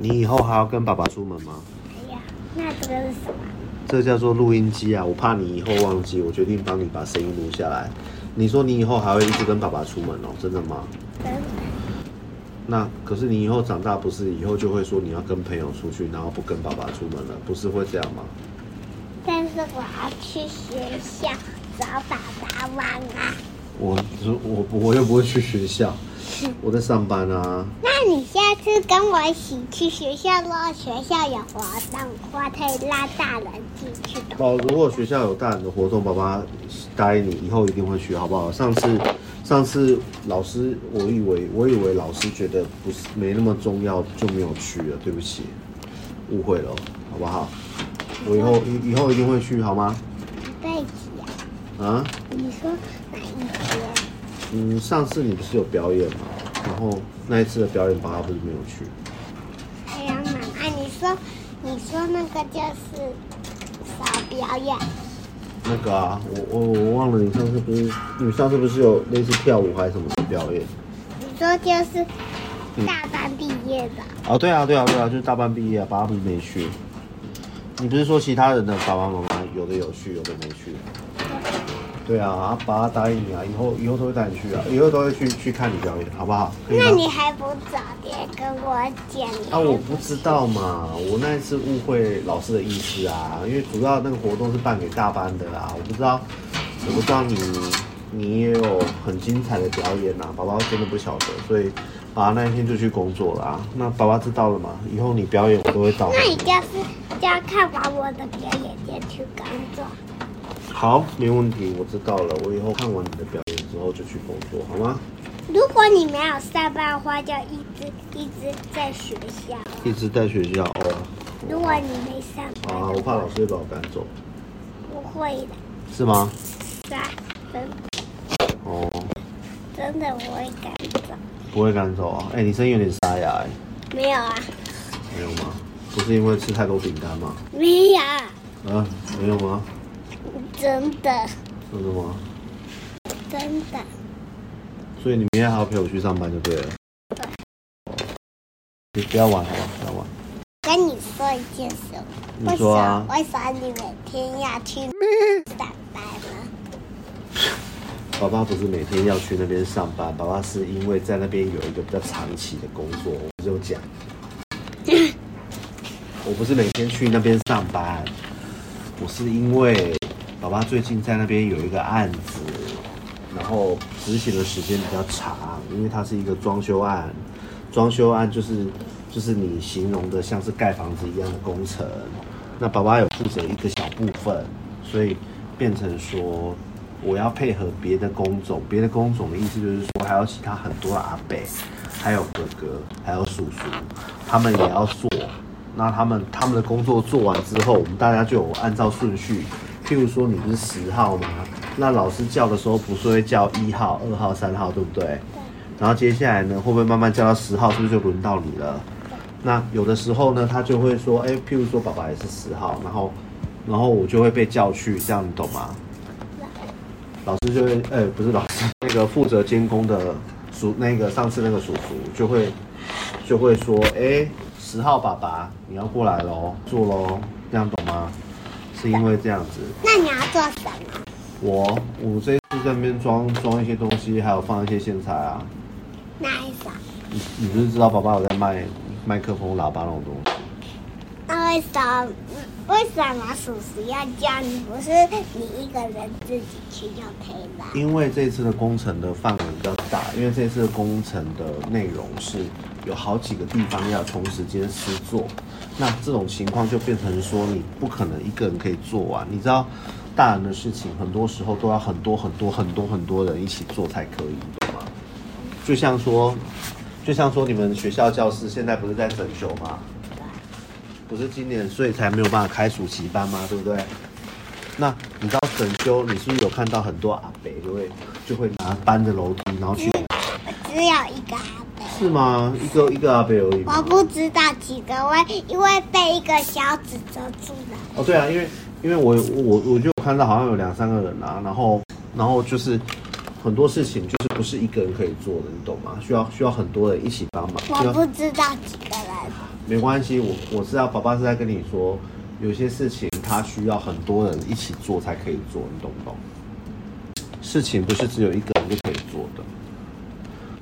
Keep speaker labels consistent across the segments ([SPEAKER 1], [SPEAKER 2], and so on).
[SPEAKER 1] 你以后还要跟爸爸出门吗？
[SPEAKER 2] 哎呀，那这个是什么？
[SPEAKER 1] 这叫做录音机啊！我怕你以后忘记，我决定帮你把声音录下来。你说你以后还会一直跟爸爸出门哦，真的吗？
[SPEAKER 2] 真的
[SPEAKER 1] 那可是你以后长大不是以后就会说你要跟朋友出去，然后不跟爸爸出门了，不是会这样吗？
[SPEAKER 2] 但是我要去学校找爸爸玩啊。
[SPEAKER 1] 我我我又不会去学校， 我在上班啊。
[SPEAKER 2] 那你下次跟我一起去学校咯，学校有活动，我可以拉大人进去的。
[SPEAKER 1] 哦，如果学校有大人的活动，爸爸答应你以后一定会去，好不好？上次，上次老师，我以为我以为老师觉得不是没那么重要，就没有去了，对不起，误会了，好不好？我以后以以后一定会去，好吗？
[SPEAKER 2] 一辈子呀、
[SPEAKER 1] 啊，
[SPEAKER 2] 你说哪一天？
[SPEAKER 1] 嗯，上次你不是有表演吗？然后那一次的表演，爸爸不是没有去，
[SPEAKER 2] 哎呀，妈妈，你说，你说那个就是少表演，
[SPEAKER 1] 那个啊，我我我忘了你上次不是你上次不是有类似跳舞还是什么的表演？
[SPEAKER 2] 你说就是
[SPEAKER 1] 嗯
[SPEAKER 2] 大班毕业的，
[SPEAKER 1] 哦，对啊，对啊，对啊，就是大班毕业啊，爸爸不是没去。你不是说其他人的爸爸妈妈有的有去，有的没去？对啊，啊爸爸答应你啊，以后以后都会带你去啊，以后都会去去看你表演，好不好？可以吗
[SPEAKER 2] 那你还不早点跟我讲？你
[SPEAKER 1] 嗯啊啊，我不知道嘛，我那一次误会老师的意思啊，因为主要那个活动是办给大班的啊，我不知道，我不知道你你也有很精彩的表演啊，爸爸真的不晓得，所以爸爸那一天就去工作了啊。那爸爸知道了嘛，以后你表演我都会到。
[SPEAKER 2] 那你就是要看完我的表演再去工作。
[SPEAKER 1] 好，没问题，我知道了。我以后看完你的表演之后就去工作，好吗？
[SPEAKER 2] 如果你没有上班的话，就一直一直在学校；
[SPEAKER 1] 一直在学校哦。
[SPEAKER 2] 如果你没上班
[SPEAKER 1] 啊，
[SPEAKER 2] 的
[SPEAKER 1] 我怕
[SPEAKER 2] 话，
[SPEAKER 1] 老师会把我赶走，
[SPEAKER 2] 不会的，
[SPEAKER 1] 是吗？
[SPEAKER 2] 三真
[SPEAKER 1] 哦，
[SPEAKER 2] 真的我会赶走。
[SPEAKER 1] 不会赶走啊。哎、你声音有点沙哑、哎，
[SPEAKER 2] 没有啊，
[SPEAKER 1] 没有吗？不是因为吃太多饼干吗？
[SPEAKER 2] 没有，
[SPEAKER 1] 啊，没有吗？
[SPEAKER 2] 真的
[SPEAKER 1] 真的吗？
[SPEAKER 2] 真的。
[SPEAKER 1] 所以你明天还要陪我去上班就对了。
[SPEAKER 2] 对
[SPEAKER 1] 你不要玩好吧，不要玩。
[SPEAKER 2] 跟你说一件事，
[SPEAKER 1] 你说啊
[SPEAKER 2] 为什么为什么你每天要去上班呢？
[SPEAKER 1] 爸爸不是每天要去那边上班，爸爸是因为在那边有一个比较长期的工作，我就讲，我不是每天去那边上班，我是因为爸爸最近在那边有一个案子，然后执行的时间比较长，因为它是一个装修案，装修案就是就是你形容的像是盖房子一样的工程，那爸爸有负责一个小部分，所以变成说我要配合别的工种，别的工种的意思就是说还有其他很多的阿伯，还有哥哥，还有叔叔，他们也要做。那他们他们的工作做完之后，我们大家就有按照顺序，譬如说你不是十号吗？那老师叫的时候不是会叫一号、二号、三号，对不对？然后接下来呢，会不会慢慢叫到十号？是不是就轮到你了？那有的时候呢，他就会说，哎、譬如说爸爸也是十号，然后，然后我就会被叫去，这样你懂吗？老师就会，哎、不是老师，那个负责监工的叔，那个上次那个叔叔就会就会说，哎、十号爸爸，你要过来喽，坐喽，这样懂吗？是因为这样子，
[SPEAKER 2] 那你要做什么？
[SPEAKER 1] 我我这一次在那边装装一些东西，还有放一些线材啊。
[SPEAKER 2] 那一种？
[SPEAKER 1] 你你不是知道爸爸有在卖麦克风、喇叭那种东西？
[SPEAKER 2] 那为什么为什么叔叔要教你？不是你一个人自己去就可以了？
[SPEAKER 1] 因为这次的工程的范围比较大，因为这次的工程的内容是有好几个地方要同时间施作，那这种情况就变成说你不可能一个人可以做完。你知道，大人的事情很多时候都要很多很多很多很多人一起做才可以，懂吗？就像说，就像说你们学校教室现在不是在整修吗？不是今年所以才没有办法开暑期班吗？对不对？那你知道整修，你是不是有看到很多阿伯就会就会拿搬着楼梯，然后去？
[SPEAKER 2] 我只有一个阿伯，
[SPEAKER 1] 是吗？一个一个阿伯而已吗。
[SPEAKER 2] 我不知道几个位，因为被一个小指遮住了。
[SPEAKER 1] 哦，对啊，因为因为我我我就有看到好像有两三个人啊，然后然后就是很多事情就是不是一个人可以做的，你懂吗？需要需要很多人一起帮忙。需
[SPEAKER 2] 我
[SPEAKER 1] 要
[SPEAKER 2] 不知道几个人，
[SPEAKER 1] 没关系，我我知道爸爸是在跟你说，有些事情他需要很多人一起做才可以做，你懂不懂？事情不是只有一个人就可以做的。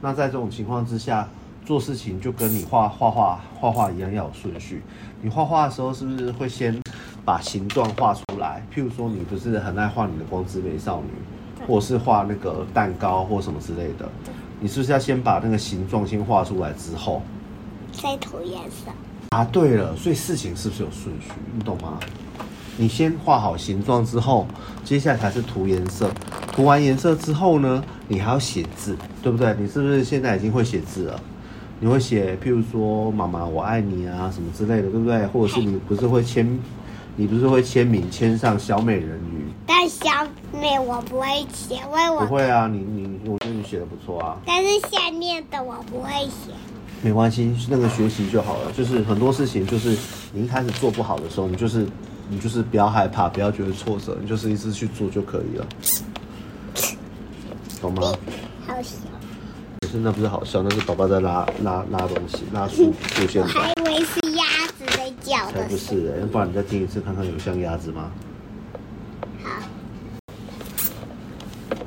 [SPEAKER 1] 那在这种情况之下，做事情就跟你画画画画画一样要有顺序。你画画的时候是不是会先把形状画出来？譬如说，你不是很爱画你的光之美少女，或是画那个蛋糕或什么之类的，你是不是要先把那个形状先画出来之后？
[SPEAKER 2] 再涂颜色。
[SPEAKER 1] 答对了，所以事情是不是有顺序？你懂吗？你先画好形状之后，接下来才是涂颜色。涂完颜色之后呢，你还要写字，对不对？你是不是现在已经会写字了？你会写，譬如说“妈妈我爱你”啊，什么之类的，对不对？或者是你不是会签，你不是会签名签上小美人鱼？
[SPEAKER 2] 但小美我不会写，因为
[SPEAKER 1] 不
[SPEAKER 2] 我
[SPEAKER 1] 会啊，你你，我觉得你写的不错啊。
[SPEAKER 2] 但是下面的我不会写。
[SPEAKER 1] 没关系，那个学习就好了。就是很多事情，就是你一开始做不好的时候，你就是你就是不要害怕，不要觉得挫折，你就是一直去做就可以了，懂吗？
[SPEAKER 2] 好小，
[SPEAKER 1] 可是那不是好笑，那是宝宝在拉拉拉东西，拉树树线
[SPEAKER 2] 我还以为是鸭子在叫
[SPEAKER 1] 才
[SPEAKER 2] 的
[SPEAKER 1] 不。是哎、不然你再听一次看看有像鸭子吗？
[SPEAKER 2] 好。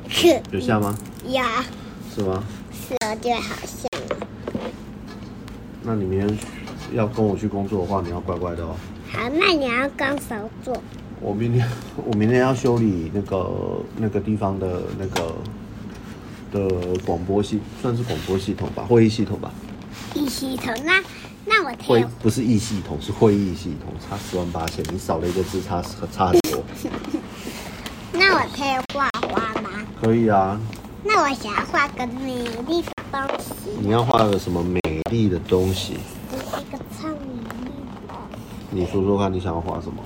[SPEAKER 2] 哼
[SPEAKER 1] 有像吗？
[SPEAKER 2] 呀，
[SPEAKER 1] 是吗？
[SPEAKER 2] 是哦，就好像
[SPEAKER 1] 那你明天要跟我去工作的话，你要乖乖的哦。
[SPEAKER 2] 好，那你要跟手做？
[SPEAKER 1] 我明天 我明天要修理那个那个地方的那个的广播系，算是广播系统吧，会议系统吧，
[SPEAKER 2] 一系统，那那我可
[SPEAKER 1] 会
[SPEAKER 2] 以
[SPEAKER 1] 不是议系统，是会议系统，差十万八千，你少了一个字，差差很多。
[SPEAKER 2] 那我可以画画吗？
[SPEAKER 1] 可以啊，
[SPEAKER 2] 那我想要画个美丽的东西，
[SPEAKER 1] 你要画个什么美丽的东西？
[SPEAKER 2] 就是一个超美丽的
[SPEAKER 1] 你说说看，你想要画什么？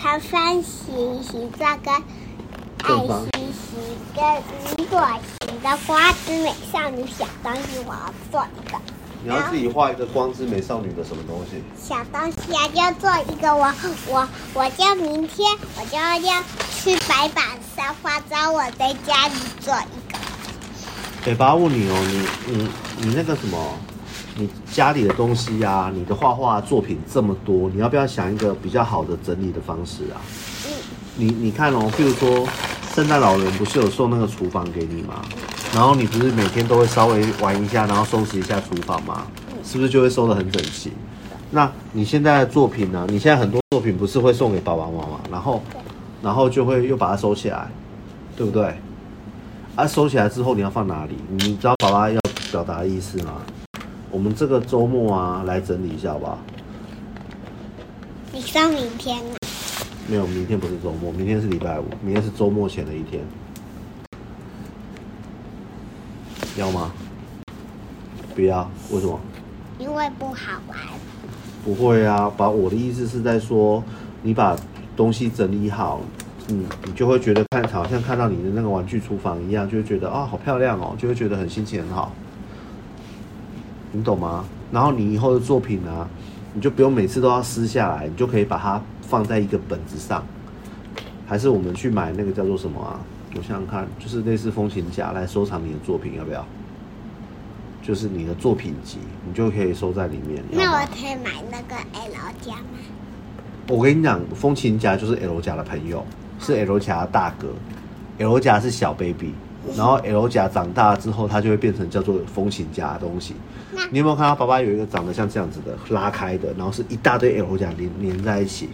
[SPEAKER 2] 长方形形状跟爱
[SPEAKER 1] 正方
[SPEAKER 2] 心形跟米果形的花之美少女小东西，我要做一个。
[SPEAKER 1] 你要自己画一个光之美少女的什么东西？
[SPEAKER 2] 小东西啊，就做一个我我我就明天我就要去白板沙发，找我在家里做一个。
[SPEAKER 1] 北巴问你哦，你你你那个什么，你家里的东西呀、你的画画作品这么多，你要不要想一个比较好的整理的方式啊？你你看哦，譬如说，圣诞老人不是有送那个厨房给你吗？然后你不是每天都会稍微玩一下，然后收拾一下厨房吗？是不是就会收得很整齐？那你现在的作品呢？你现在很多作品不是会送给爸爸妈妈，然后然后就会又把它收起来，对不对？啊，收起来之后你要放哪里？你知道爸爸要表达的意思吗？我们这个周末啊，来整理一下好不好？
[SPEAKER 2] 你说明天啊？
[SPEAKER 1] 没有，明天不是周末，明天是礼拜五，明天是周末前的一天，要吗？不要，为什么？
[SPEAKER 2] 因为不好玩。
[SPEAKER 1] 不会啊，把我的意思是在说，你把东西整理好，你你就会觉得看好像看到你的那个玩具厨房一样，就会觉得啊、好漂亮哦，就会觉得很心情很好，你懂吗？然后你以后的作品啊，你就不用每次都要撕下来，你就可以把它放在一个本子上，还是我们去买那个叫做什么啊？我想想看，就是类似风琴夹来收藏你的作品，要不要？就是你的作品集，你就可以收在里面。要
[SPEAKER 2] 那
[SPEAKER 1] 吗
[SPEAKER 2] 我可以买那个 L 加吗？
[SPEAKER 1] 我跟你讲，风琴夹就是 L 夹的朋友，是 L 夹的大哥，L 夹是小 baby，然后 L 夹长大之后，它就会变成叫做风琴夹的东西。你有没有看到爸爸有一个长得像这样子的拉开的，然后是一大堆 L 夹连连在一起？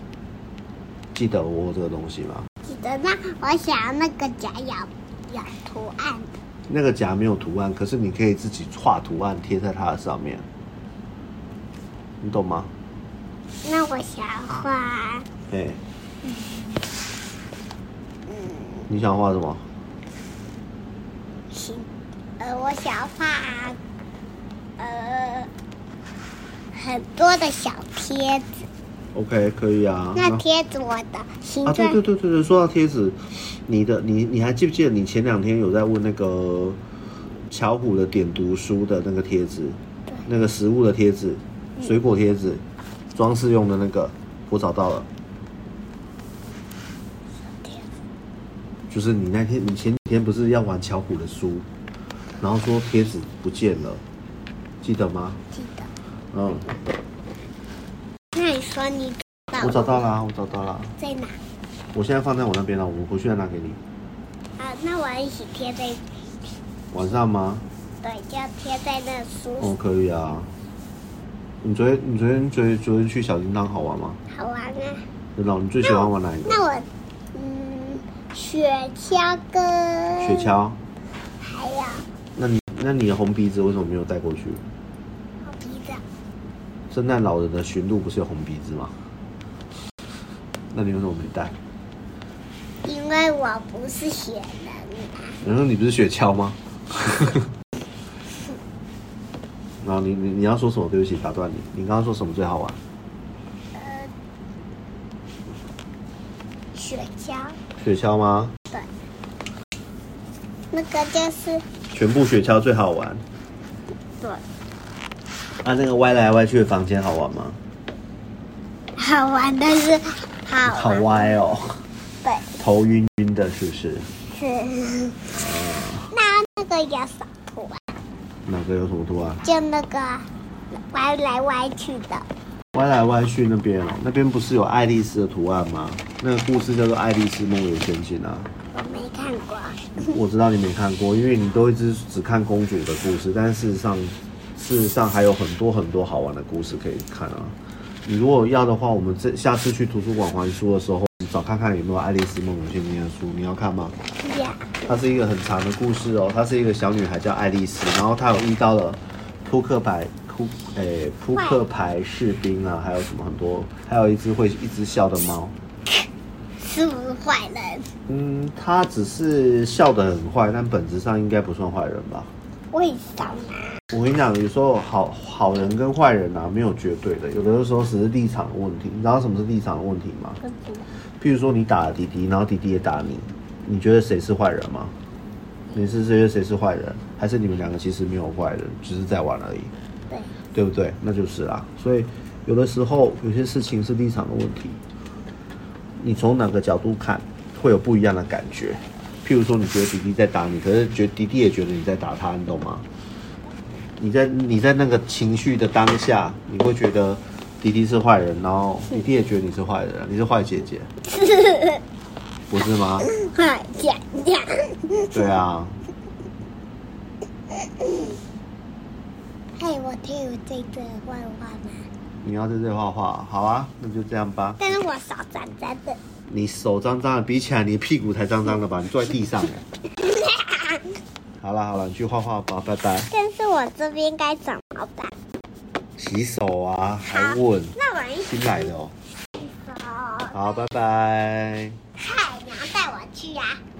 [SPEAKER 1] 记得我有这个东西吗？
[SPEAKER 2] 记得那我想要那个假咬有图案的，
[SPEAKER 1] 那个夹没有图案，可是你可以自己画图案贴在它的上面，你懂吗？
[SPEAKER 2] 那我想要画
[SPEAKER 1] 哎、你想画什么？
[SPEAKER 2] 形，呃，我想要画呃很多的小贴纸。
[SPEAKER 1] OK，可以啊。
[SPEAKER 2] 那贴纸我的形
[SPEAKER 1] 啊，对
[SPEAKER 2] 状
[SPEAKER 1] 对对对对，说到贴纸，你的你你还记不记得你前两天有在问那个巧虎的点读书的那个贴纸，那个食物的贴纸、水果贴纸、装饰用的那个，我找到了，
[SPEAKER 2] 贴纸
[SPEAKER 1] 就是你那天你前几天不是要玩巧虎的书，然后说贴纸不见了，记得吗？
[SPEAKER 2] 记得。
[SPEAKER 1] 嗯，
[SPEAKER 2] 你说你找
[SPEAKER 1] 我找到了啊，我找到了啊，
[SPEAKER 2] 在哪？
[SPEAKER 1] 我现在放在我那边了，我回去再拿给你。
[SPEAKER 2] 啊，那我一起贴在，
[SPEAKER 1] 晚上吗？
[SPEAKER 2] 对，就贴在那书
[SPEAKER 1] 哦，
[SPEAKER 2] 上，
[SPEAKER 1] 可以啊。你昨天你昨天昨天昨天去小叮当好玩吗？
[SPEAKER 2] 好玩啊。
[SPEAKER 1] 真的哦，你最喜欢玩哪一个？
[SPEAKER 2] 那我，嗯，雪橇跟
[SPEAKER 1] 雪，橇。
[SPEAKER 2] 还有
[SPEAKER 1] 那你那你的红鼻子为什么没有带过去？
[SPEAKER 2] 好鼻子，
[SPEAKER 1] 圣诞老人的驯鹿不是有红鼻子吗？那你为什么没带？
[SPEAKER 2] 因为我不是雪人啊。
[SPEAKER 1] 然后你不是雪橇吗？然后你你你要说什么？对不起，打断你。你刚刚说什么最好玩？
[SPEAKER 2] 呃，雪橇，
[SPEAKER 1] 雪橇吗？
[SPEAKER 2] 对，那个就是
[SPEAKER 1] 全部雪橇最好玩。
[SPEAKER 2] 对，
[SPEAKER 1] 啊，那个歪来歪去的房间好玩吗？
[SPEAKER 2] 好玩，但是好
[SPEAKER 1] 好歪哦，
[SPEAKER 2] 对
[SPEAKER 1] 头晕晕的，是不是？
[SPEAKER 2] 是。那那个也扫图啊，
[SPEAKER 1] 哪个有什么图案？
[SPEAKER 2] 就那个歪来歪去的，
[SPEAKER 1] 歪来歪去那边哦，那边不是有爱丽丝的图案吗？那个故事叫做《爱丽丝梦游仙境》啊。
[SPEAKER 2] 我没看过。
[SPEAKER 1] 我知道你没看过，因为你都一直只看公主的故事，但事实上，事实上还有很多很多好玩的故事可以看啊。你如果要的话，我们这下次去图书馆还书的时候，找看看有没有《爱丽丝梦游仙境》的书，你要看吗？
[SPEAKER 2] 呀，
[SPEAKER 1] 它是一个很长的故事哦，它是一个小女孩叫爱丽丝，然后她有遇到了扑克牌扑诶扑克牌士兵啊，还有什么很多，还有一只会一直笑的猫。
[SPEAKER 2] 是不是坏人？
[SPEAKER 1] 嗯，她只是笑得很坏，但本质上应该不算坏人吧？
[SPEAKER 2] 为什么？
[SPEAKER 1] 我跟你讲，有时候好好人跟坏人啊，没有绝对的，有的时候只是立场的问题。你知道什么是立场的问题吗？
[SPEAKER 2] 不知道。
[SPEAKER 1] 譬如说你打了弟弟，然后弟弟也打你，你觉得谁是坏人吗？你是觉得谁是坏人，还是你们两个其实没有坏人，只是在玩而已，
[SPEAKER 2] 对，
[SPEAKER 1] 对不对？那就是啦。所以有的时候有些事情是立场的问题，你从哪个角度看会有不一样的感觉。譬如说，你觉得弟弟在打你，可是觉得弟弟也觉得你在打他，你懂吗？你在你在那个情绪的当下，你会觉得弟弟是坏人，然后弟弟也觉得你是坏人，你是坏姐姐，不是吗？
[SPEAKER 2] 坏嗯讲讲，
[SPEAKER 1] 对啊，
[SPEAKER 2] 嘿，我听有这个坏话吗？
[SPEAKER 1] 你要在这里画画，好啊，那就这样吧。
[SPEAKER 2] 但是我手脏脏的，
[SPEAKER 1] 你手脏脏的，比起来你屁股才脏脏的吧？你坐在地上哎。好了好了，你去画画吧，拜拜。
[SPEAKER 2] 但是我这边该怎么办？
[SPEAKER 1] 洗手啊，还问
[SPEAKER 2] 那我一起
[SPEAKER 1] 新来的哦。
[SPEAKER 2] 手，
[SPEAKER 1] 好，拜拜。
[SPEAKER 2] 嗨，你要带我去呀、啊？